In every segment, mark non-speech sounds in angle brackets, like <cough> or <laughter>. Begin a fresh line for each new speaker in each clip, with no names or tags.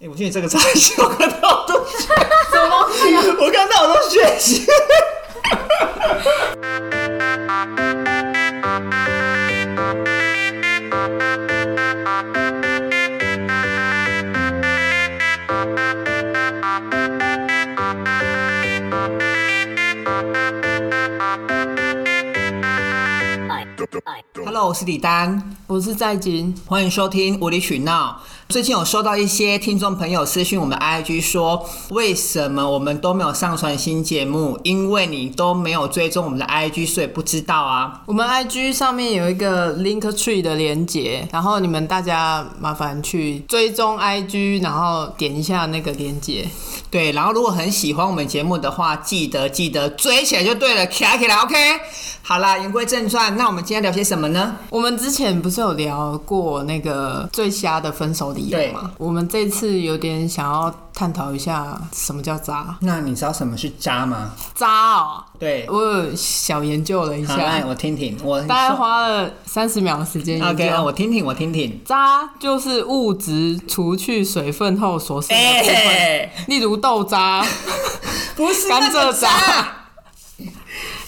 哎、我觉得你这个造型，我看到我都
<laughs> 什么东西啊？
<laughs> 我看到我都血腥。Hello，我是李丹，
我是在金，
欢迎收听无理取闹。最近有收到一些听众朋友私讯我们 IG 说，为什么我们都没有上传新节目？因为你都没有追踪我们的 IG，所以不知道啊。
我们 IG 上面有一个 Link Tree 的连接，然后你们大家麻烦去追踪 IG，然后点一下那个连接。
对，然后如果很喜欢我们节目的话，记得记得追起来就对了，起来起来，OK。好啦，言归正传，那我们今天聊些什么呢？
我们之前不是有聊过那个最瞎的分手理由吗？我们这次有点想要探讨一下什么叫渣
那你知道什么是渣吗？
渣哦，
对，
我有小研究
<laughs>
了一
好，来
下，
我听听，我
大概花了三十秒的时间研
OK，那
究。
我听听，我听听。
渣就是物质除去水分后所剩的部分，
哎
例如豆渣。
不是
甘
那个
蔗渣
渣，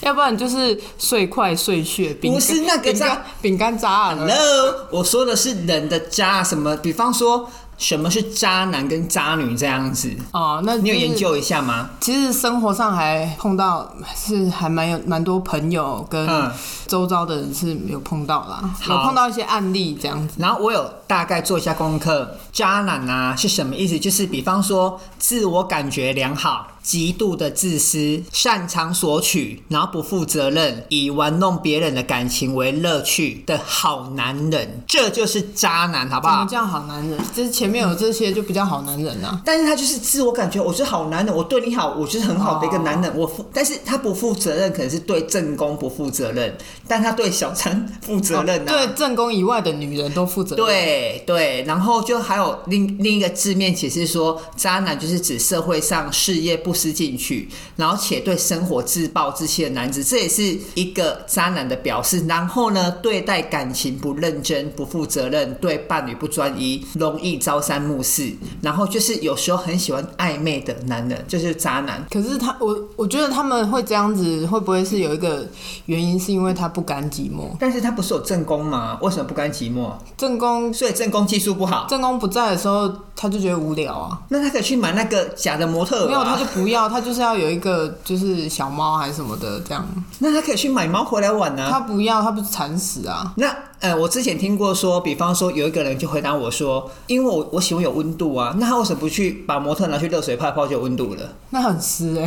要不然就是碎块碎屑，饼
不是那个
饼干
渣
饼干渣啊。
Hello，我说的是人的渣，什么？比方说什么是渣男跟渣女这样子，
哦，那、
你有研？究一下吗？
其实生活上还碰到，是还蛮有蛮多朋友跟
嗯
周遭的人是有碰到啦，
好
有碰到一些案例这样子。
然后我有大概做一下功课，渣男啊是什么意思？就是比方说自我感觉良好，极度的自私，擅长索取，然后不负责任，以玩弄别人的感情为乐趣的好男人，这就是渣男，好不
怎么
好？
叫好男人？就是前面有这些就比较好男人啊。
但是他就是自我感觉，我是好男人，我对你好，我就是很好的一个男人。我负，但是他不负责任，可能是对正宫不负责任，但他对小三负责任啊。
哦对正宫以外的女人都负责任。
对对，然后就还有另另一个字面解释说，渣男就是指社会上事业不思进取，然后且对生活自暴自弃的男子，这也是一个渣男的表示。然后呢，对待感情不认真、不负责任，对伴侣不专一，容易朝三暮四，然后就是有时候很喜欢暧昧的男人，就是渣男。
可是他，我我觉得他们会这样子，会不会是有一个原因，是因为他不甘寂寞？
但是他不是有正宫吗？为什么不甘寂寞？
正宫
所以正宫技术不好，
正宫不在的时候，他就觉得无聊啊。
那他可以去买那个假的模特、啊。
没有，他就不要，他就是要有一个就是小猫还是什么的这样。
那他可以去买猫回来玩啊。
他不要，他不是惨死啊？
那呃，我之前听过说，比方说有一个人就回答我说，因为我我喜欢有温度啊，那他为什么不去把模特拿去热水泡泡就有温度了？
那很湿哎、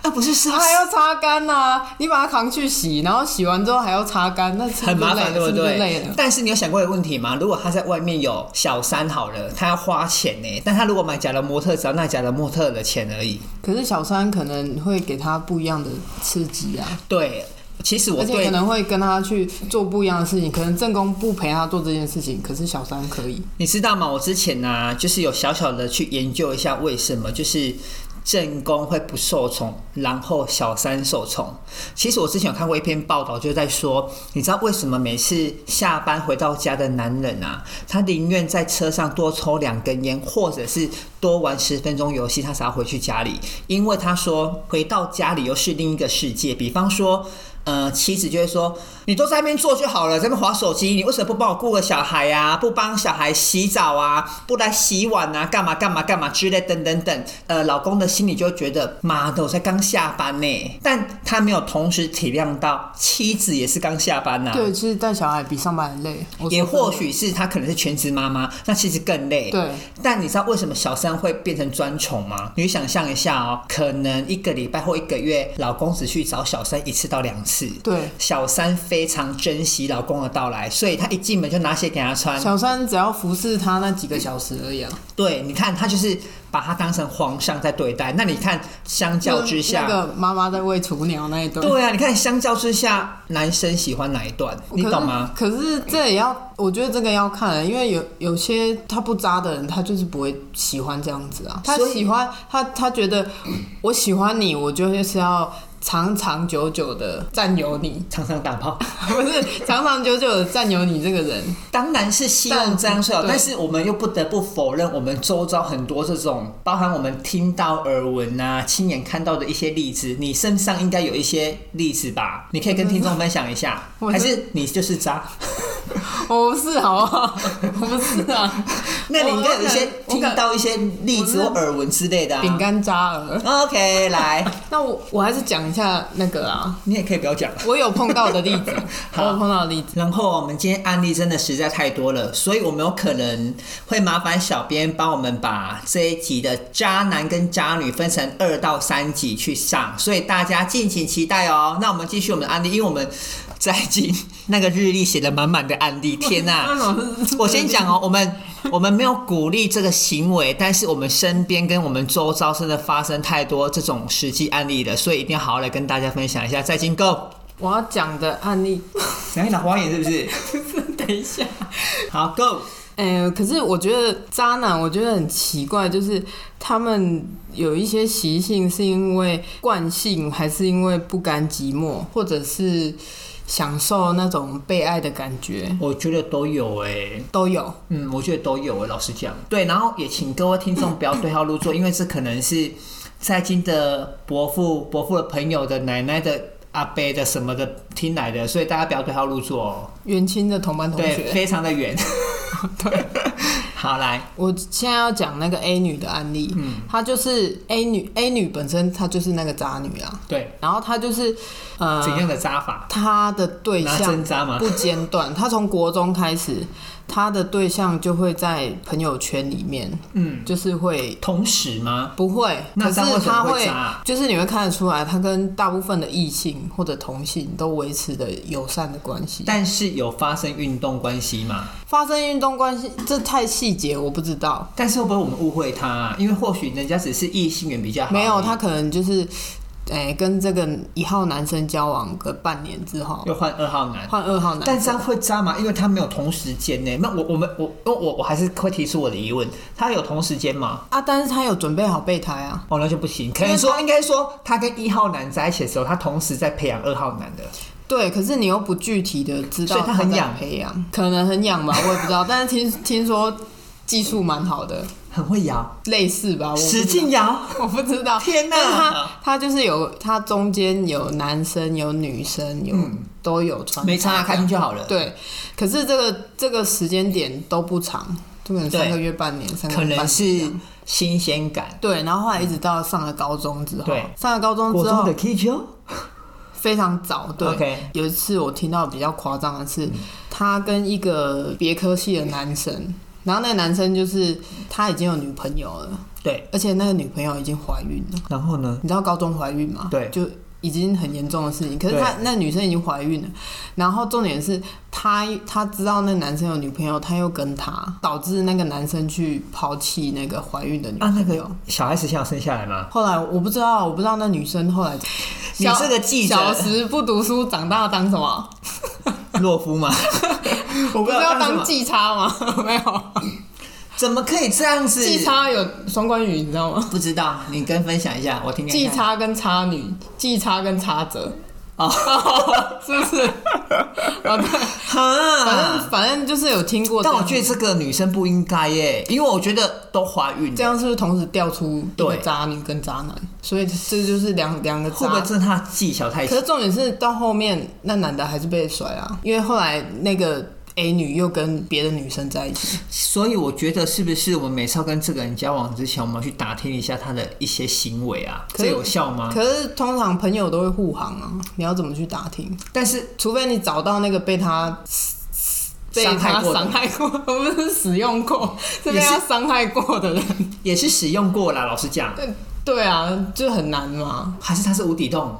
啊，不是杀
他还
呀，
要擦干呐、你把它扛去洗，然后洗完之后还要擦干，那是不是
很麻烦，
累
对
是
不
不是
对
累了？
但是你有想过一个问题吗？如果他在外面有小三好了，他要花钱呢、但他如果买假的模特，只要那假的模特的钱而已。
可是小三可能会给他不一样的刺激啊，
对，其实我
而且可
对
能会跟他去做不一样的事情。可能正宫不陪他做这件事情，可是小三可以。
你知道吗？我之前呢、啊就是有小小的去研究一下为什么就是正宫会不受宠，然后小三受宠。其实我之前有看过一篇报道，就在说，你知道为什么每次下班回到家的男人啊，他宁愿在车上多抽两根烟，或者是多玩十分钟游戏，他才要回去家里，因为他说回到家里又是另一个世界。比方说。呃，妻子就会说：“你都在那边做就好了，在那边划手机，你为什么不帮我顾个小孩啊？不帮小孩洗澡啊？不来洗碗啊？干嘛干嘛干嘛之类等等等。”呃，老公的心里就会觉得：“妈的，我才刚下班呢。”但他没有同时体谅到妻子也是刚下班呐、啊
对，其实带小孩比上班还累。我
也
说真的
或许是他可能是全职妈妈，那其实更累。
对。
但你知道为什么小三会变成专宠吗？你想象一下哦，可能一个礼拜或一个月，老公只去找小三一次到两次。
对
小三非常珍惜老公的到来，所以她一进门就拿鞋给他穿。
小三只要服侍他那几个小时而已啊。
对，你看她就是把他当成皇上在对待。那你看，相较之下，
那个妈妈在喂雏鸟那一段，
对啊，你看相较之下，男生喜欢哪一段？你懂吗？
可是？可是这也要，我觉得这个要看、因为有有些他不渣的人，他就是不会喜欢这样子啊。他
所以
喜欢他，他觉得我喜欢你，我就是要长长久久的占有你， <laughs>
常常打炮，
不是长长久久的占有你这个人。
当然是希望这样最好，
但
但是我们又不得不否认，我们周遭很多这种，包含我们听到耳闻啊、亲眼看到的一些例子，你身上应该有一些例子吧？你可以跟听众分享一下，
我
还是你就是渣？
我不是，好不好？ <laughs> 我不是 <laughs> 啊，
那你应该有一些
我可能我可
听
能
到一些例子
我
或
是
耳闻之类的、
饼
啊。
干渣儿。
OK，来，
那我我还是讲一下那个啊，
你也可以不要讲。
我有碰到的例 <laughs> 子，我
好
有碰到的例子。
然后我们今天案例真的实在太多了，所以我们有可能会麻烦小编帮我们把这一集的渣男跟渣女分成二到三集去上，所以大家敬请期待哦。那我们继续我们的案例，因为我们在进那个日历写的满满的案例，天呐、
那种是
我先讲哦，我们我们没有鼓励这个行为，但是我们身边跟我们周遭真的发生太多这种实际案例了，所以一定要好好来跟大家分享一下。再进 Go，
我要讲的案例，
你拿花眼是不是？ <laughs>
等一下。
好，Go。
哎、可是我觉得渣男，我觉得很奇怪，就是他们有一些习性是因为惯性，还是因为不甘寂寞，或者是享受那种被爱的感觉，
我觉得都有哎、
都有。
嗯，我觉得都有哎、老实讲，对，然后也请各位听众不要对号入座，因为这可能是在金的伯父、伯父的朋友的奶奶的。阿伯的什么的听来的，所以大家不要对号入座哦。
远亲的同班同
对，
学，
非常的
<laughs>
远。对， <laughs> 好来，
我现在要讲那个 A 女的案例，
嗯，
她就是 A 女，A 女本身她就是那个渣女啊，
对，
然后她就是呃
怎，样的扎法？
她的对
拿
象
针扎吗？
呃不间断。他从国中开始，他的对象就会在朋友圈里面，
嗯，
就是会
同时吗？
不会，
那
可
这样为
是
什么
他
会
会
渣啊，
就是你会看得出来，他跟大部分的异性或者同性都维持的友善的关系。
但是有发生运动关系吗？
发生运动关系，这太细节，我不知道。
但是会不会我们误会他、啊？因为或许人家只是异性缘比较好而已，
没有，他可能就是，哎、跟这个一号男生交往个半年之后，
又换二号男。
换二号男
但
生。
这样会渣吗？因为他没有同时间呢。那我我们我我我我还是会提出我的疑问，他有同时间吗？
啊，但是他有准备好备胎啊。
哦，那就不行。可能说应该说，他跟一号男在一起的时候，他同时在培养二号男的。
对，可是你又不具体的知道
所以他很啊
在
痒
培养，可能很痒吧，我也不知道。但是听 <laughs> 听说技术蛮好的，
很会摇，
类似吧，我不知道
使劲，摇，
我不知
<laughs>
道。
天哪
但是他他就是有，他中间有男生有女生有、
嗯
都有穿插，
没差，开心就好了。，
对。可是这个这个时间点都不长，就可能三
对
个月、半年、三个
可
月、
能
半年这
是
样。
新鲜感。
对，然后后来一直到上了高中之后，
对
上了高中
国
之
中
后
的 K 球，
非常早，对。
OK
有一次我听到比较夸张的
嗯
是，他跟一个别科系的男生，然后那个男生就是他已经有女朋友了，
对，
而且那个女朋友已经怀孕了。
然后呢？
你知道高中怀孕吗？
对
就已经很严重的事情。可是他那女生已经怀孕了，然后重点是他他知道那男生有女朋友，他又跟他，导致那个男生去抛弃那个怀孕的女
啊，那
朋友。
个小孩子想生下来
<laughs>
吗？
后来我不知道，我不知道那女生后来。
你
小
这个记者
小时不读书，长大当什么？
洛夫吗？我
不是要当
记，
季差吗？ <laughs> 没有，
怎么可以这样子？
季差有双关语，你知道吗？
不知道，你跟分享一下，我听听
季
看。
差跟差女，季差跟差者，
哦，
<laughs> 是
<laughs>
不是？哦，对，反正、
哈，
反正就是有听过这
啊但
样，
我觉得这个女生不应该耶，因为我觉得都怀孕
这
了，
样是不是同时调出一个
对
渣女跟渣男？所以这就是两两个
会不会
渣。
真的她技巧太
可是重点是到后面那男的还是被甩啊，因为后来那个 A 女又跟别的女生在一起。
所以我觉得是不是我们每次要跟这个人交往之前，我们要去打听一下他的一些行为啊，
可
这
是
有效吗？
可是通常朋友都会护航啊，你要怎么去打听？
但是
除非你找到那个被他被
伤害
他
过的
伤害过，不是使用过，是被
也是
他伤害过的人。
也是使用过啦，老实讲，
对对啊，就很难嘛。
还是他是无底洞。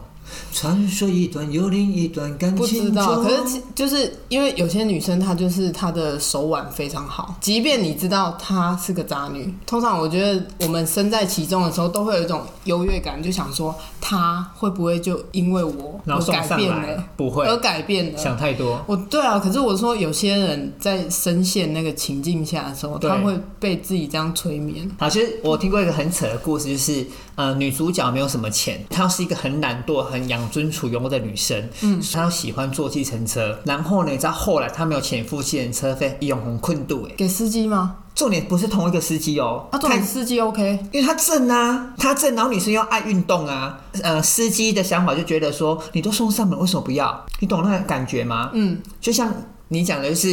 传说一段又另一段感
不知
情
道，
中
可是其就是因为有些女生她就是她的手腕非常好，即便你知道她是个渣女，通常我觉得我们身在其中的时候都会有一种优越感，就想说她会不会就因为我
然后
我
送
改
上
变
来
了，呃
不会
而改变了，
想太多，
我对啊，可是我说有些人在深陷那个情境下的时候，
对
他会被自己这样催眠。
好，其实我听过一个很扯的故事，就是呃，女主角没有什么钱，她是一个很懒惰、很能养尊处优的女生，嗯，她喜欢坐计程车，然后呢，你知道后来她没有钱付计程车费，永红困度哎，
给司机吗？
重点不是同一个司机哦，
啊，这种司机 OK，
因为他正啊，他正，然后女生又爱运动啊，呃，司机的想法就觉得说，你都送上门，为什么不要？你懂那个感觉吗？
嗯，
就像你讲的，就是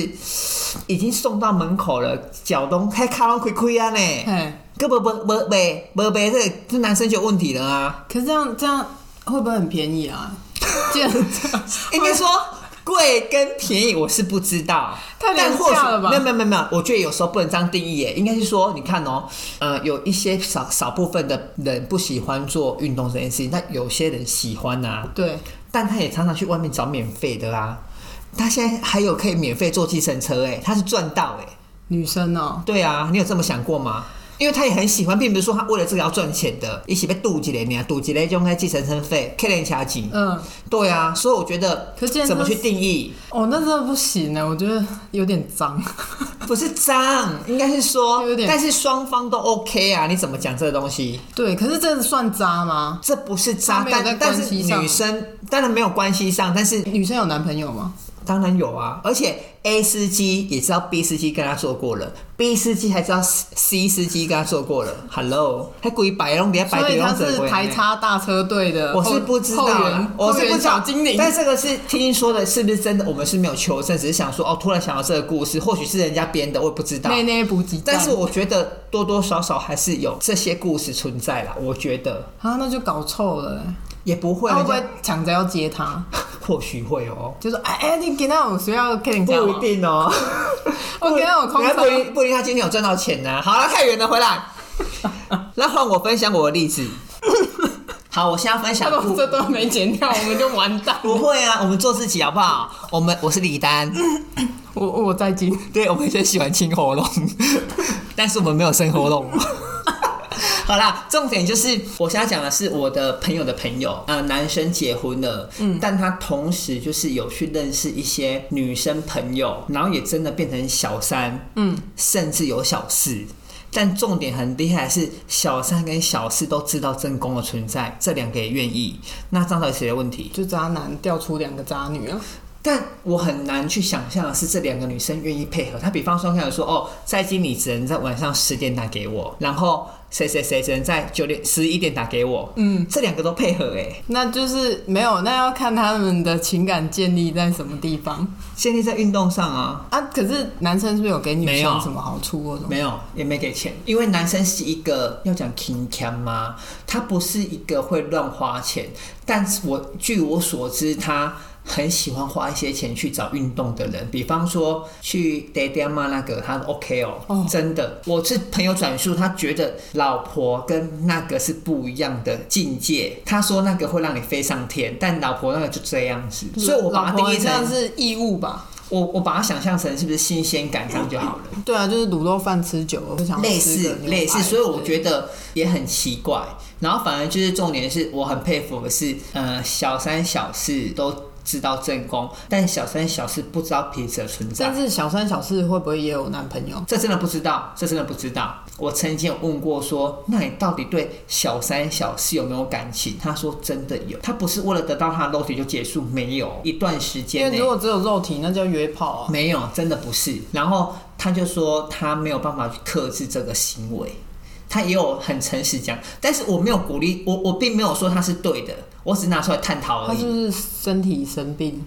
已经送到门口了，脚都开卡拢开开啊呢，
嘿，
根本不不背不背，这这男生就有问题了啊，
可是这样这样会不会很便宜啊？这样 <laughs> 子
应该说。贵跟便宜我是不知道，
<laughs> 太廉
但或许
价了吧
没有没有没有没有，我觉得有时候不能这样定义耶，应该是说，你看哦，呃，有一些少少部分的人不喜欢做运动这件事情，但有些人喜欢啊，
对，
但他也常常去外面找免费的啊。他现在还有可以免费坐计程车、欸，哎，他是赚到哎、
女生哦、
对啊，你有这么想过吗？因为他也很喜欢，并不是说他啊为了这个要赚钱的，一起被渡几年，啊渡几年就用那计程车费，开人家紧。
嗯，
对啊，所以我觉得
可是计程车
怎么去定义，
哦，那真的不行呢，我觉得有点脏。
不是脏，应该是说
有，点
但是双方都 OK 啊，你怎么讲这个东西？
对，可是这算渣吗？
这不是
他
渣，
没有在
但但
关
是
系上
女生当然没有关系上，但是
女生有男朋友吗？
当然有啊，而且 A 司机也知道 B 司机跟他做过了，B 司机还知道 C 司机跟他做过了。Hello，还故意摆弄别摆
所以
别
他
弄
是台
差，
叉大车队的呃后，
欸我是不知道
后
啦
援，
我
后
是
援
不知道
小精灵。
但这个是听说的，是不是真的？我们是没有求证，只是想说哦，突然想到这个故事，或许是人家编的，我也不知道。
内内补给站，
但是我觉得多多少少还是有这些故事存在啦，我觉得
啊，那就搞臭了欸。
也不会，
他会
人
不
家
会抢着要接他？
或许会哦。
就说哎哎，你给他有需要跟人家
不一
吗？
定哦，
<laughs> 我给他有空
人家不一
车。
定不一定他今天有赚到钱呢、好了，太远了，回
<laughs>
来。那换我分享我的例子。好，我现在分
他
享
如果
故
这都没剪掉，我们就
<laughs>
完蛋。
不会啊，我们做自己好不好？我们我是李丹，
我我再进，
对我们就喜欢清喉咙， <laughs> 但是我们没有生喉咙。 <laughs> 好啦，重点就是我现在讲的是我的朋友的朋友，呃，男生结婚了，嗯，但他同时就是有去认识一些女生朋友，然后也真的变成小三，嗯，甚至有小四。但重点很厉害的是，小三跟小四都知道正宫的存在，这两个也愿意。那这样到底谁的问题？
就渣男调出两个渣女啊。
但我很难去想象的是，这两个女生愿意配合。她比方说，开始说哦，在经你只能在晚上十点打给我，然后谁谁谁只能在九点十一点打给我。嗯，这两个都配合哎、
那就是没有，那要看他们的情感建立在什么地方
建立在运动上啊，
啊。可是男生是不是有给女
没有
生什么好处或什么？
没有也没给钱，因为男生是一个要讲 king cam 吗？他不是一个会乱花钱，但是我据我所知，他。很喜欢花一些钱去找运动的人，比方说去 d a d a m a 那个，他 OK 哦，
哦
真的，我是朋友转述，他觉得老婆跟那个是不一样的境界。他说那个会让你飞上天，但老婆那个就这样子，所以我把它
嗯老婆
定义
这样
成，
是义务吧？
我我把它想象成是不是新鲜感，这样就好了。
对啊，就是卤肉饭吃久了会想要
类
吃个
似
牛排
类似，所以我
对
觉得也很奇怪。然后反而就是重点是我很佩服的是，呃，小三小四都知道正宫，但小三小四不知道彼此的存在
但。是小三小四会不会也有男朋友？
这真的不知道，这真的不知道。我曾经有问过说，那你到底对小三小四有没有感情？他说真的有，他不是为了得到他的肉体就结束，没有一段时
因
间
为
内
如果只有肉体，那叫约炮啊。
没有，真的不是。然后他就说他没有办法去克制这个行为，他也有很诚实讲，但是我没有鼓励，我我并没有说他是对的，我只拿出来探讨而
他是
已
不。是身体生病？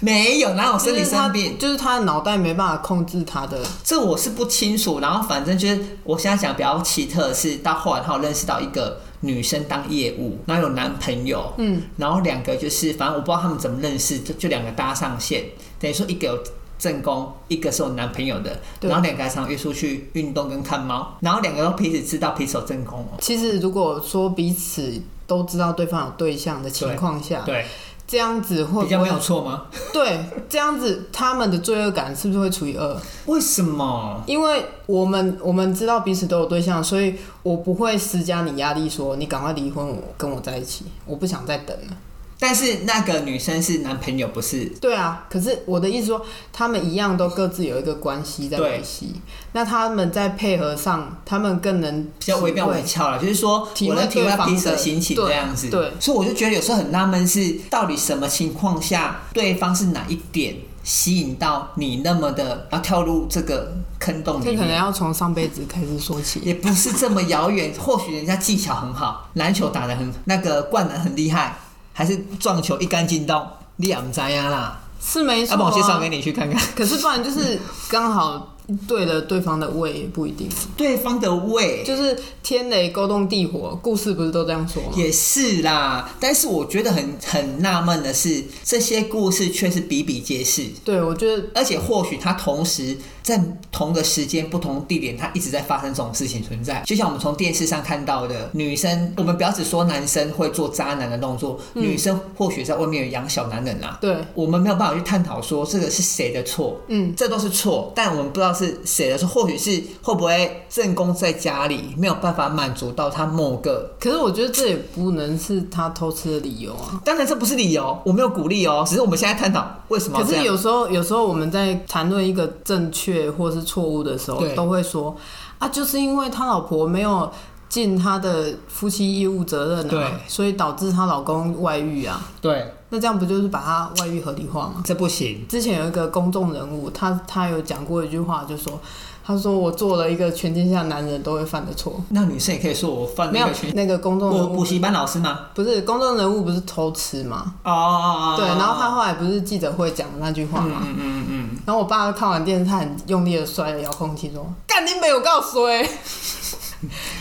没有，哪有身体生病？
就是他的脑袋没办法控制他的。
这我是不清楚。然后反正就是我现在讲比较奇特的是，到后来他有认识到一个女生当业务，然后有男朋友，嗯，然后两个就是反正我不知道他们怎么认识，就就两个搭上线，等于说一个有正宫，一个是有男朋友的，
对
然后两个还常约出去运动跟看猫，然后两个都彼此知道彼此有正宫哦。
其实如果说彼此都知道对方有对象的情况下，
对，
这样子会
比
不
较没
会
有错吗？
对这样子他们的罪恶感是不是会除以二？
为什么？
因为我们我们知道彼此都有对象，所以我不会施加你压力说你赶快离婚，我跟我在一起，我不想再等了。
但是那个女生是男朋友，不是
对啊，可是我的意思说，他们一样都各自有一个关系在
对
维系，那他们在配合上，他们更能
比较微妙
体会
微诮了，就是说
体
我
会
能体会
对
到
方
彼此的
的
心情
对
这样子。
对
所以我就觉得有时候很纳闷是，到底什么情况下对方是哪一点吸引到你那么的要跳入这个坑洞
这
里
可能
面？
要从上辈子开始说起。
也不是这么遥远，或许人家技巧很好，篮球打得很，那个灌篮很厉害，还是撞球一杆进洞，你也不知呀啦。
是没
要
错、
不
啊。
然我介绍给你去看看。
可是不然就是刚好对了对方的胃也不一定，
对方的胃
就是天雷勾动地火，故事不是都这样说吗？
也是啦，但是我觉得很很纳闷的是，这些故事却是比比皆是，
对，我觉得
而且或许它同时在同个时间、不同地点，它一直在发生这种事情存在。就像我们从电视上看到的，女生，我们不要只说男生会做渣男的动作，女生或许在外面有养小男人啦。
对，
我们没有办法去探讨说这个是谁的错，
嗯，
这都是错，但我们不知道是谁的错，或许是会不会正宫在家里没有办法满足到他某个
可是我觉得这也不能是他偷吃的理由啊。
当然这不是理由，我没有鼓励哦，只是我们现在探讨为什么要
可
这
是
样。
有时候，有时候我们在谈论一个正确或是错误的时候
对，
都会说啊，就是因为他老婆没有尽他的夫妻义务责任啊
对，
所以导致她老公外遇啊。
对，
那这样不就是把他外遇合理化吗？
这不行。
之前有一个公众人物，他他有讲过一句话，就说他说我做了一个全天下男人都会犯的错，
那女生也可以说我犯了
没
啊一
有
个群。
那个公众
我
人
补
物
习班老师吗？
不是公众人物不是偷吃吗？
哦哦哦哦，
对，然后他
会，
后来不是记者会讲的那句话吗？
嗯嗯嗯，
然后我爸看完电视，他很用力的摔了遥控器，说：“干你没有告诉我，欸 <laughs>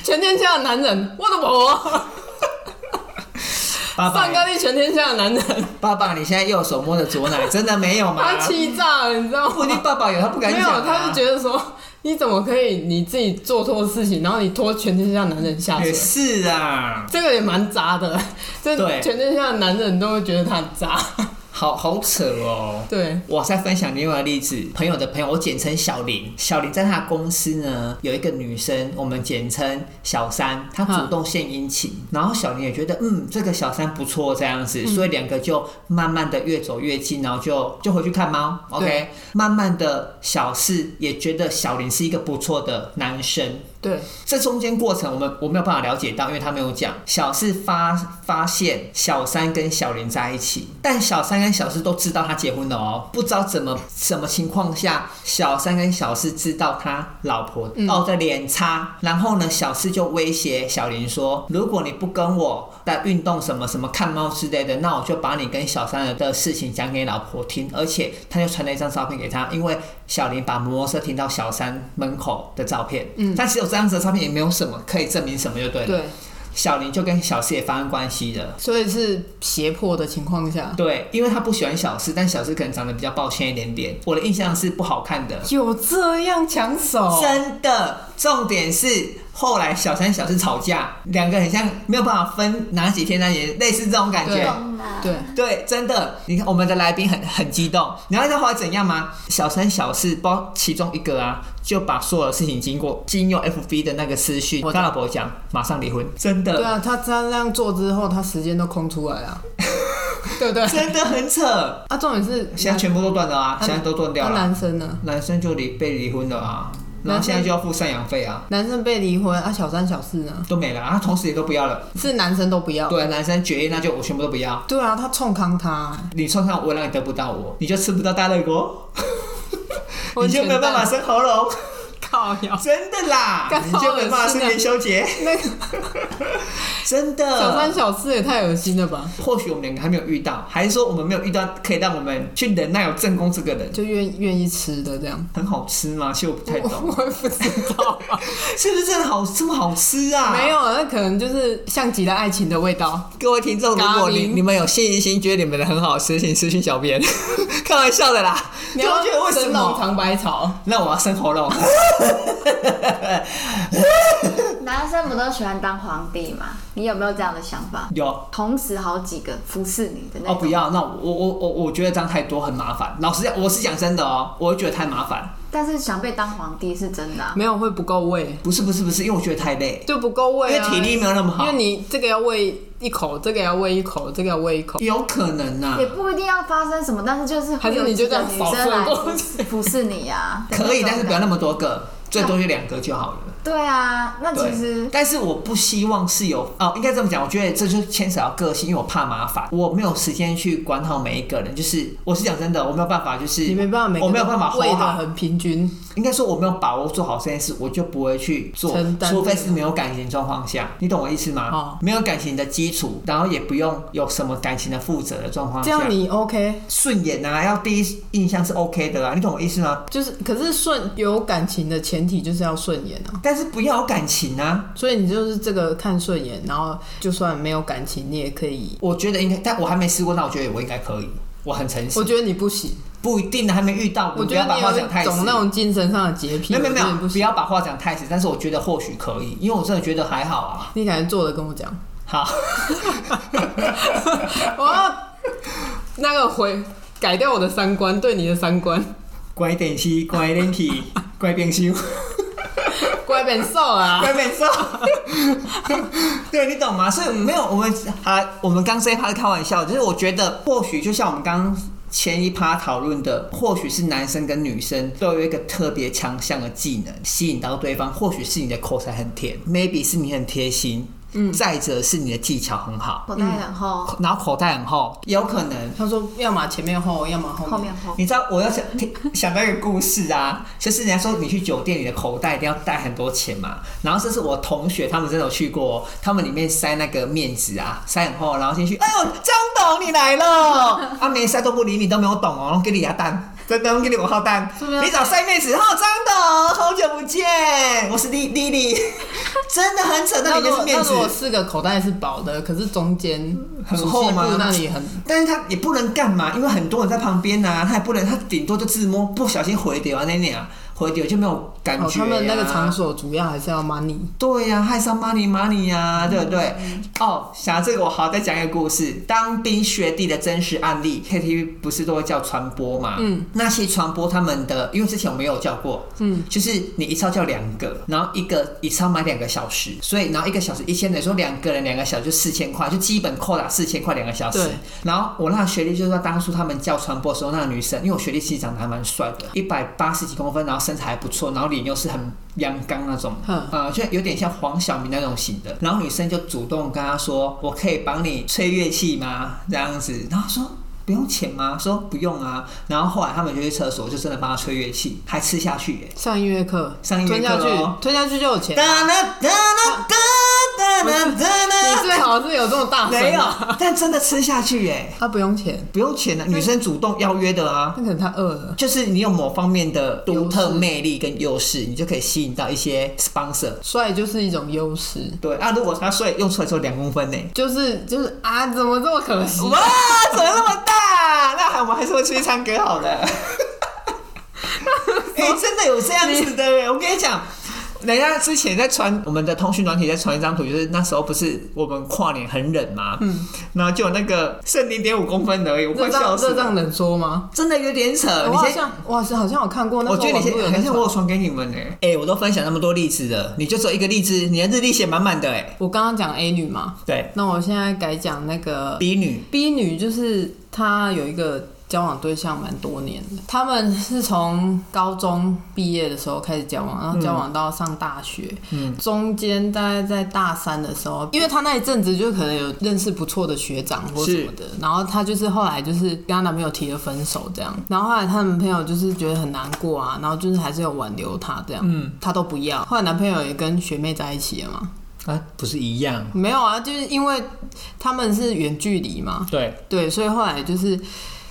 全天下的男人，我的婆，
爸
上
爸，
个你全天下的男人，
爸爸，你现在右手摸着左奶，真的没有吗
他？欺诈，你知道
不一
吗？”
定爸爸有，他不敢
没
讲、
有，
啊。
他就觉得说，你怎么可以你自己做错事情，然后你拖全天下男人下水
也？是啊，
这个也蛮渣的，这
对
全天下的男人都会觉得他很渣。
好好扯哦。
对，
我再分享另外一个例子，朋友的朋友，我简称小林。小林在他的公司呢有一个女生，我们简称小三，她主动献殷勤，然后小林也觉得嗯这个小三不错这样子，所以两个就慢慢的越走越近，然后就就回去看猫，OK，
对
慢慢的小四也觉得小林是一个不错的男生。
对，
这中间过程，我们我没有办法了解到，因为他没有讲。小四发发现小三跟小林在一起，但小三跟小四都知道他结婚了哦，不知道怎么什么情况下，小三跟小四知道他老婆
嗯
哦的脸差，然后呢，小四就威胁小林说，如果你不跟我在运动什么什么看猫之类的，那我就把你跟小三的事情讲给老婆听，而且他就传了一张照片给他，因为小林把摩托车停到小三门口的照片，
嗯
但只有这样子的照片也没有什么可以证明什么，就对了。
对，
小林就跟小四也发生关系了。
所以是胁迫的情况下，
对，因为他不喜欢小四，但小四可能长得比较抱歉一点点。我的印象是不好看的，
有这样抢手，
真的。重点是后来小三小四吵架，两个很像没有办法分哪几天哪几天，类似这种感
对
觉。
懂了，
<laughs> 对，
对，真的，你看我们的来宾很很激动。你知道后来怎样吗？小三小四，包括其中一个啊，就把所有的事情经过经由 FB 的那个私讯，我跟老婆讲，马上离婚，真
对
的，
啊，他他这样做之后，他时间都空出来
<laughs>
啊，对不对？
真的很
<laughs>
扯。
啊，重点是
现在全部都断了啊，
啊
现在都断掉
那
了。
男生呢？
男生就离被离婚了啊，然后
男生
现在就要付赡养费啊，
男生被离婚啊，小三小四呢？
都没了啊，他同时也都不要了。
是男生都不要。
对，男生决议那就我全部都不要，
对啊，他冲康他、
你冲上我让你得不到我，你就吃不到大热锅，你就没有办法
我
生喉
<laughs>
咙，
全靠腰。
真的啦，
干
你就没有办法
好恶心
生
啊
元修结，
那个
<laughs> 真
小三
的。
小四也太恶心了吧？
或许我们两个还没有遇到，还是说我们没有遇到可以让我们去忍耐有正宫这个人，
就愿愿意吃的这样，
很好吃吗？其实我不太
我
懂，
我也不知道啊，
是不是真的好这么好吃啊？
<laughs> 没有，那可能就是像极了爱情的味道。
各位听众，如果你
咖喱
你们有信一心，觉得你们的很好吃，请私信小编， <laughs> 开玩笑的啦。
你
就
要
觉得为什
生龙
么？
尝百草，
那我要生喉
<laughs>
咙，
男生不都喜欢当皇帝吗？你有没有这样的想法？
有
同时好几个服侍你的那
哦，
种，
不要，那我我我我我觉得这样太多很麻烦。老实讲，我是讲真的哦，我会觉得太麻烦。
但是想被当皇帝是真的、啊。
嗯
没有会不够喂，
不是不是不是，因为我觉得太累，
就不够喂、啊，
因为体力没有那么好
因为你这个要喂一口，这个要喂一口，这个要喂一口，
有可能啊呐、
也不一定要发生什么，但是就是
还
会
是
有
你
几
就
个
这样
女
扫
生来
射
服
过
侍服侍你啊，
<laughs> 可以，
对
但是不要那么多个，最多就两个就好了。
对啊，那
对
其实，
但是我不希望是有哦，应该这么讲，我觉得这就牵扯到个性，因为我怕麻烦，我没有时间去管好每一个人。就是我是讲真的，我没有办法，就是
你没办法每个
我没有办法
都喂
hold
的
好。
很平均，
应该说我没有把握做好这件事，我就不会去做
承，担
除非是没有感情状况下，你懂我意思吗？
哦
没有感情的基础，然后也不用有什么感情的负责的状况
这
下，
样你 OK。
顺眼啊，要第一印象是 OK 的啦，啊你懂我意思吗？
就是，可是顺有感情的前提就是要顺眼啊，
但是不要有感情啊，
所以你就是这个看顺眼，然后就算没有感情，你也可以。
我觉得应该，但我还没试过，那我觉得我应该可以。我很诚实，
我觉得你不行，
不一定的，啊还没遇到，
我
嗯不
觉
要
得
把
你
话
有
讲太
一
死。
种那种精神上的洁癖，
没有没有没
我觉得你不
有，不
行，
要把话讲太死。但是我觉得或许可以，因为我真的觉得还好啊。
你赶快做了跟我讲，
<laughs>
<laughs>
好，
我要那个回改掉我的三观，对你的三观，
乖点西，乖点体，乖点修，
乖变瘦啊，
乖点瘦。 <laughs> 对你懂吗？所以没有我们啊，我们刚这一趴是开玩笑，就是我觉得或许就像我们刚刚前一趴讨论的，或许是男生跟女生都有一个特别强项的技能，吸引到对方。或许是你的口才很甜，maybe 是你很贴心，嗯，再者是你的技巧很好，
口袋很厚，
然后口袋很厚，有可能。
他说要么前面厚，要么后面
后面厚，
你知道我要想听想到一个故事啊， <laughs> 就是人家说你去酒店，你的口袋一定要带很多钱嘛。然后这是我同学他们真的有去过哦，他们里面塞那个面纸啊，塞很厚，然后进去，哎呦，张董你来了， <laughs> 啊没塞都不理你，都没有懂哦，然后给你鸭蛋。真的，我给你我号蛋
是不是要。
你找塞面纸，哦，张董，好久不见，我是丽丽丽， <laughs> 真的很扯，那
那
里
如
面是
果
面
那
纸
如，果四个口袋是薄的，可是中间
很
主
厚
细
吗
部那里很
但是他也不能干嘛，因为很多人在旁边呐、他也不能，他顶多就自摸，不小心回丢啊那那啊，回丢就没有感觉、
哦，
啊
他们那个场，所主要还是要 money。
对呀、还是要 money money 呀、对不对？哦，想到这个，我好再讲一个故事，当兵学弟的真实案例，KTV 不是都会叫传播嘛？嗯，那些传播他们的，因为之前我没有叫过，嗯，就是你一次要叫两个，然后一个一次要买两个小时，所以然后一个小时一千，等于说两个人两个小时就四千块，就基本扣打四千块两个小时。
对
然后我那个学历就是说，当初他们叫传播的时候，那个女生，因为我学历其实长得还蛮帅的，一百八十几公分，然后身材还不错，然后脸又是很阳刚那种，
嗯
呃，就有点像黄晓明那种型的。然后女生就主动跟他说：“我可以帮你吹乐器吗？”这样子，然后他说。不用钱吗？说不用啊，然后后来他们就去厕所，就真的帮他吹乐器，还吃下去耶！
上音乐课，
上音乐
吞下
课
去
哦，
吞下去就有钱。
哒啦哒啦哒哒啦哒
你
啦，
最好是有这么大声啊
没有，但真的吃下去耶！
他不用钱，
不用钱的，女生主动邀约的啊
那，可能他饿了。
就是你有某方面的独
优
特
势
魅力跟优势，你就可以吸引到一些 sponsor。
帅就是一种优势，
对啊，如果他睡用出来之后两公分呢？
就是就是啊，怎么这么可惜？
哇，怎么那么大？那还我们还是会出去唱歌好了。 <laughs> 哎、真的有这样子的人，我跟你讲。人家之前在传我们的通讯软体在传一张图，就是那时候不是我们跨年很冷嘛，嗯，然后就有那个剩零点五公分而已，嗯我
这
快笑
让
死
这让
了，
能说吗？
真的有点扯。
我
你
好
先
像哇是好像有看过，那
我觉得你
网络有
先，
在
好像我有
传
传给你们呢、哎、我都分享那么多例子了，你就只有一个例子，你的日历写满满的哎、
我刚刚讲 A 女嘛，
对
那我现在改讲那个
，B 女
B 女就是她有一个交往对象蛮多年的，他们是从高中毕业的时候开始交往，然后交往到上大学，嗯，中间大概在大三的时候，因为她那一阵子就可能有认识不错的学长或什么的，然后她就是后来就是跟她男朋友提了分手这样，然后后来她男朋友就是觉得很难过啊，然后就是还是有挽留她这样，嗯，她都不要，后来男朋友也跟学妹在一起了嘛，
啊，不是一样？
没有啊，就是因为他们是远距离嘛，
对，
对，所以后来就是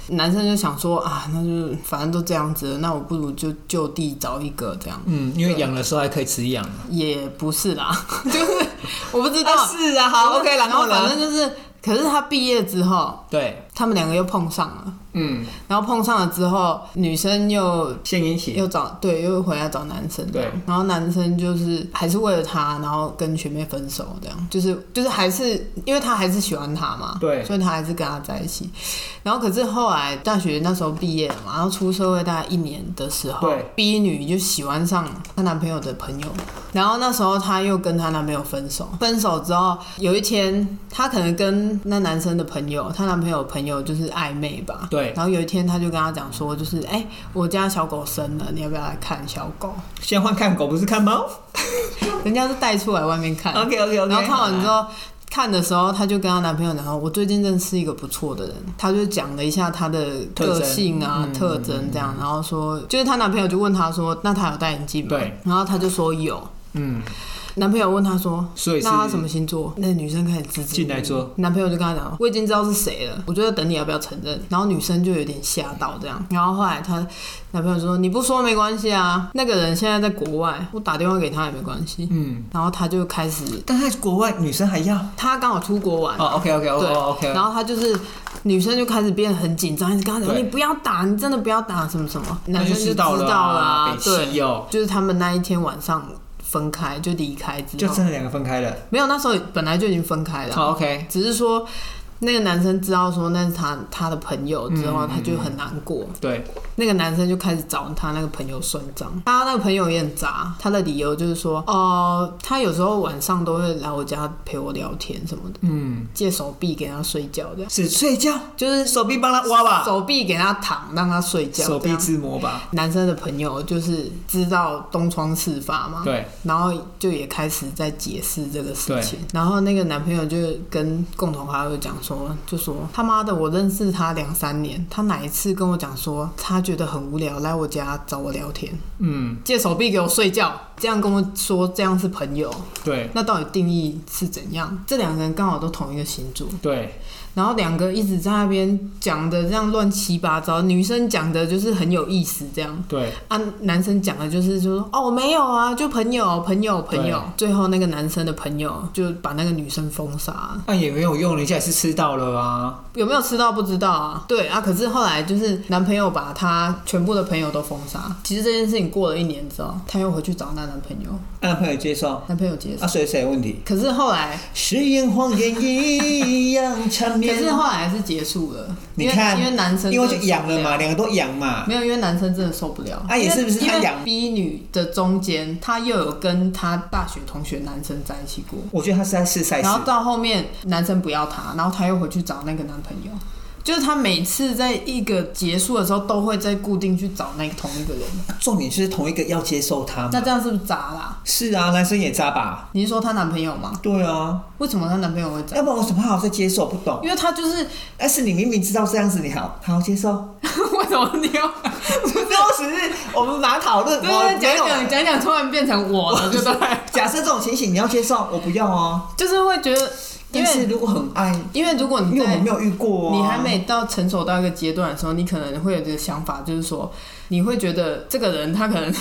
男生就想说啊，那就反正都这样子了，那我不如就就地找一个这样。
嗯，因为养的时候还可以吃养。
也不是啦， <laughs> 就是我不知道。
啊，是啊，好
然后
，OK，然后
反
呢？
正就是，可是他毕业之后，
对，
他们两个又碰上了，
嗯，
然后碰上了之后，女生又
献殷勤，
又找对又回来找男生，
对，
然后男生就是还是为了她，然后跟学妹分手，这样就是就是还是因为他还是喜欢她嘛，
对
所以他还是跟她在一起。然后可是后来大学那时候毕业了嘛，然后出社会大概一年的时候
对
，B 女就喜欢上她男朋友的朋友，然后那时候她又跟她男朋友分手，分手之后有一天她可能跟那男生的朋友，她男朋友的朋友就是暧昧吧，
对
然后有一天她就跟他讲说，就是哎、我家小狗生了，你要不要来看小狗？
先换看狗，不是看猫。啊
人家是带出来外面看
OK OK OK。
然后看完之，后，看的时候，她就跟她男朋友讲说：“我最近认识一个不错的人。”她就讲了一下她的个性啊、
嗯
特征这样，然后说，就是她男朋友就问她说：“那她有戴眼镜吗？”
对，
然后她就说有。
嗯，
男朋友问她说：“
所以是
那她什么星座？”那女生开始支支
进来说，
男朋友就跟她讲：“我已经知道是谁了，我就在等你要不要承认。”然后女生就有点吓到这样，然后后来她男朋友说：“你不说没关系啊，那个人现在在国外，我打电话给他也没关系。”
嗯，
然后她就开始
但在国外女生还要
他刚好出国玩，
哦，OK OK
对
OK OK，
然后他就是女生就开始变得很紧张，一直跟他讲
对
你不要打，你真的不要打什么什么，
那
男
就
生就
知道
了、
了啊北
对
西，哦，
就是他们那一天晚上分开就离开之
就哦
后，
真的两个分开了。
没有那时候本来就已经分开了，
好 OK，
只是说。那个男生知道说那是他他的朋友之
嗯
后，他就很难过。
对，
那个男生就开始找他那个朋友算账，他那个朋友也很渣，他的理由就是说，哦、他有时候晚上都会来我家陪我聊天什么的。
嗯，
借手臂给他睡觉，这样
只睡觉，
就是
手臂帮他挖吧，
手臂给他躺，让他睡觉。
啊手
这
臂
样
自摸吧。
男生的朋友就是知道东窗事发嘛，
对，
然后就也开始在解释这个事情。然后那个男朋友就跟共同好友讲说，就说他妈的，我认识他两三年，他哪一次跟我讲说他觉得很无聊，来我家找我聊天，
嗯，
借手臂给我睡觉，这样跟我说这样是朋友，
对
那到底定义是怎样？这两个人刚好都同一个星座，
对，
然后两个一直在那边讲的这样乱七八糟，女生讲的就是很有意思这样。
对，
啊，男生讲的就是就说哦没有啊，就朋友朋友朋友，最后那个男生的朋友就把那个女生封杀，
那啊也没有用，人家也是吃到了啊。
有没有吃到不知道啊？对啊，可是后来就是男朋友把他全部的朋友都封杀。其实这件事情过了一年之后，她又回去找那男朋友，
男啊朋友接受，
男朋友接受
啊，。所以谁有问题？
可是后来，
誓言谎言一样缠
可
绵。
是后来还是结束了，
你
因为
看，
因为男生
因为
真
就
的
痒
受
了
不
嘛，两个都痒嘛。
没有，因为男生真的受不了。
啊也是不是
因为
他养
因为 B 女的中间，他又有跟他大学同学男生在一起过，
我觉得他是在试赛事
然，后到后面男生不要她，然后她又回去找那个男朋友。就是她每次在一个结束的时候，都会在固定去找那个同一个人。
重点就是同一个要接受他
那
嘛。
这样是不是渣啦？
是啊，男生也渣吧？
你是说她男朋友吗？
对啊，
为什么她男朋友会渣
要？不然我怎么好再接受？不懂。
因为她就是 <laughs>
但是你明明知道这样子，你好好接受。
为什么你要
当时是我们拿讨论，
对
我
对对讲一
没有
讲讲一讲，突然变成我了，对不
<laughs>
对？
假设这种情形你要接受，我不要哦。
就是会觉得，因
但是
为
如果很爱，
因为如果
因为
你
我
在
们没有遇过、哦，
你还没到成熟到一个阶段的时候，你可能会有这个想法，就是说，你会觉得这个人他可能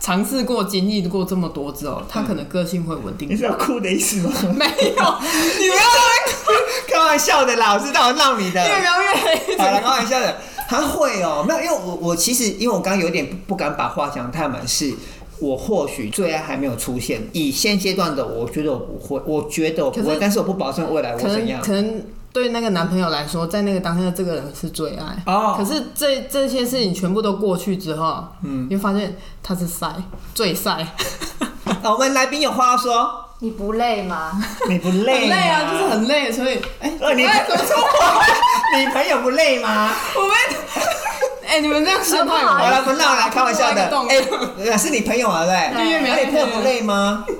尝试过、经历过这么多之后，他可能个性会稳定
你。是要哭的意思吗？
没
<laughs>
有，你不
开玩笑的啦，我知道闹你的。
要越描越黑。
好了，开玩笑的，他会哦、没有，因为我我其实因为我刚刚有点不不敢把话讲太满，是我或许最爱还没有出现，以现阶段的我觉得我不会，我觉得我不
可
会
是，
但是我不保证未来我
可
怎
能
样
可。能对那个男朋友来说，在那个当下，这个人是最爱。
哦
可是这这些事情全部都过去之后，嗯，你会发现他是晒最晒，
啊我们来宾有话要说，
你不累吗？
你不
<laughs> 很
累
累
吗
啊，就是很累，所以哎，
呃你
哎怎么
<laughs>
说我？
你朋友不累吗？
我们 <laughs> 哎，你们这样说太
好
好了，不闹了，开玩笑的。
动
哎、是你朋友啊，对不
就越
对？
描
那
越
你朋友不
黑。
累吗？
<laughs>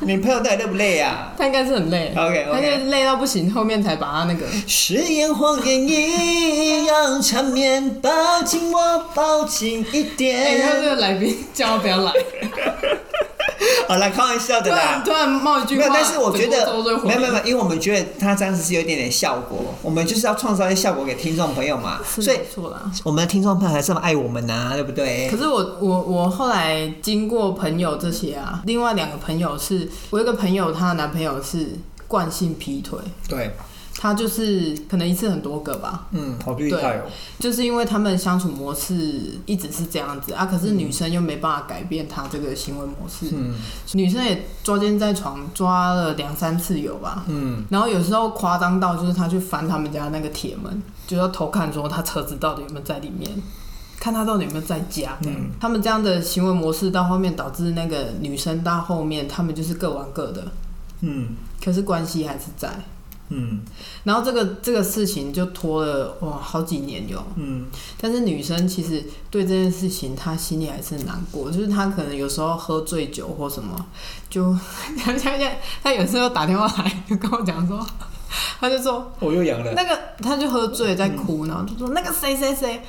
你朋友到底累不累呀、啊？
他应该是很累
OK，OK
他应该是累到不行，后面才把他那个。
誓言谎言一样缠绵，抱紧我，抱紧一
哎、你
点。
看这个
<laughs>
来宾叫他不要来，
好哦了，开玩笑
突
的
然
啦。
突然冒一句
没
话，
有，但是我觉得
整个周
没有没有，
有，
没有因为我们觉得他这样子是有一点点效果，我们就是要创造一些效果给听众朋友嘛，所
是
以哎
没错啦。
我们的听众朋友还这么爱我们呐、对不对
可？是我我我后来经过朋友这些啊，另外两个朋友是，我有一个朋友她的男朋友是惯性劈腿，
对，
他就是可能一次很多个吧，
嗯，
好厉害哦！
就是因为他们相处模式一直是这样子啊，可是女生又没办法改变他这个行为模式，
嗯
女生也抓奸在床抓了两三次有吧，
嗯，
然后有时候夸张到就是他去翻他们家那个铁门，就要偷看说他车子到底有没有在里面，看他到底有没有在家。
嗯
他们这样的行为模式到后面导致那个女生到后面他们就是各玩各的，
嗯
可是关系还是在。
嗯
然后这个这个事情就拖了哇好几年有，
嗯
但是女生其实对这件事情她心里还是难过，就是她可能有时候喝醉酒或什么，就 <laughs> 她她她她有时候打电话来就跟我讲说，她就说
哦
我又阳了，
那个他就喝醉在哭，然后就说那个谁谁谁，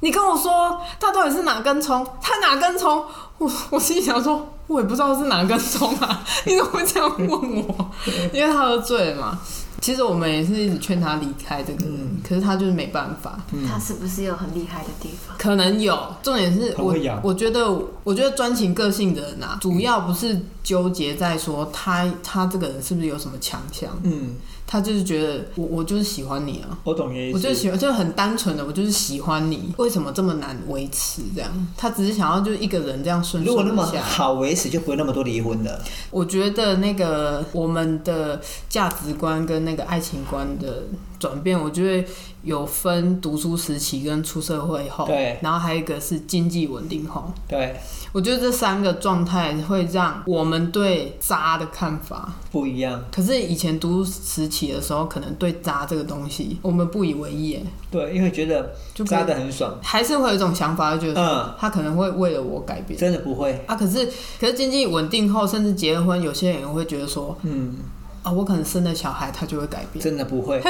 你跟我说他到底是哪根葱？他哪根葱？我我心里想说，我也不知道是哪根葱啊， <laughs> 你怎么会这样问我？因为他喝醉了嘛。其实我们也是一直劝他离开这个人，可是他就是没办法。
嗯
他是不是有很厉害的地方？
可能有，重点是
他
我
会养
我觉得我觉得专情个性的人啊，主要不是纠结在说他他这个人是不是有什么强项，
嗯，
他就是觉得我我就是喜欢你啊，
我懂你的
我
意
就
思。
喜欢，就很单纯的，我就是喜欢你。为什么这么难维持？这样，他只是想要就是一个人这样顺
如果那
顺
么
一下。
好维持，就不会那么多离婚了。
我觉得那个我们的价值观跟那个爱情观的转变，我觉得有分读书时期跟出社会后，
对，
然后还有一个是经济稳定后。
对，
我觉得这三个状态会让我们对渣的看法
不一样。
可是以前读书时期的时候，可能对渣这个东西我们不以为意，
对，因为觉得
就不
扎的很爽，
还是会有一种想法，就觉得
嗯
说他可能会为了我改变。
真的不会。
啊，可是可是经济稳定后，甚至结了婚，有些人也会觉得说
嗯，
啊，我可能生了小孩，他就会改变。
真的不会。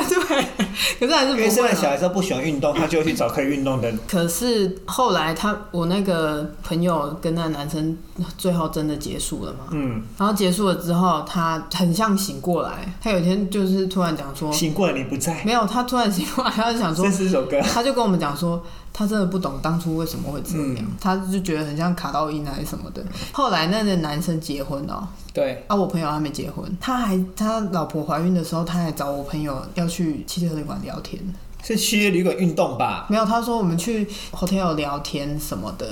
可是还是
因为
不
现
会、
在小
啊。
孩子不喜欢运动，他就会去找可以运动的人。
可是后来他，我那个朋友跟那个男生最后真的结束了嘛？
嗯，
然后结束了之后，他很像醒过来，他有一天就是突然讲说，
醒过来你不在，
没有，他突然醒过来，他哦就想说
这，是一首歌。
他就跟我们讲说，他真的不懂当初为什么会这样，
嗯
他就觉得很像卡到音还是什么的。后来那个男生结婚了、
对，
啊，我朋友还没结婚，他还他老婆怀孕的时候，他还找我朋友要去汽车旅馆聊天，
是去夜旅馆运动吧？
没有，他说我们去 hotel 聊天什么的，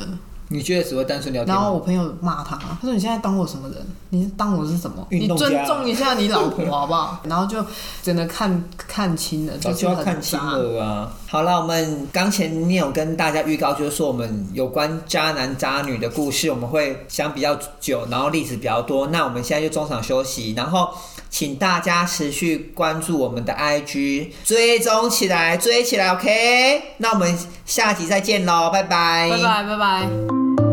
你觉得只会单纯聊天
然后
吗？
我朋友骂他，他说你现在当我什么人？你是当我是什么？
运
你
动家
尊重一下你老婆好不好？ <laughs> 然后就真的看看清了，
早
是
哦就要看
很
清
渣。
了啊！好啦，我们刚前面有跟大家预告，就是说我们有关渣男渣女的故事，我们会讲比较久，然后例子比较多。那我们现在就中场休息，然后请大家持续关注我们的 IG，追踪起来，追起来，OK？那我们下集再见喽，拜拜，
拜拜拜拜。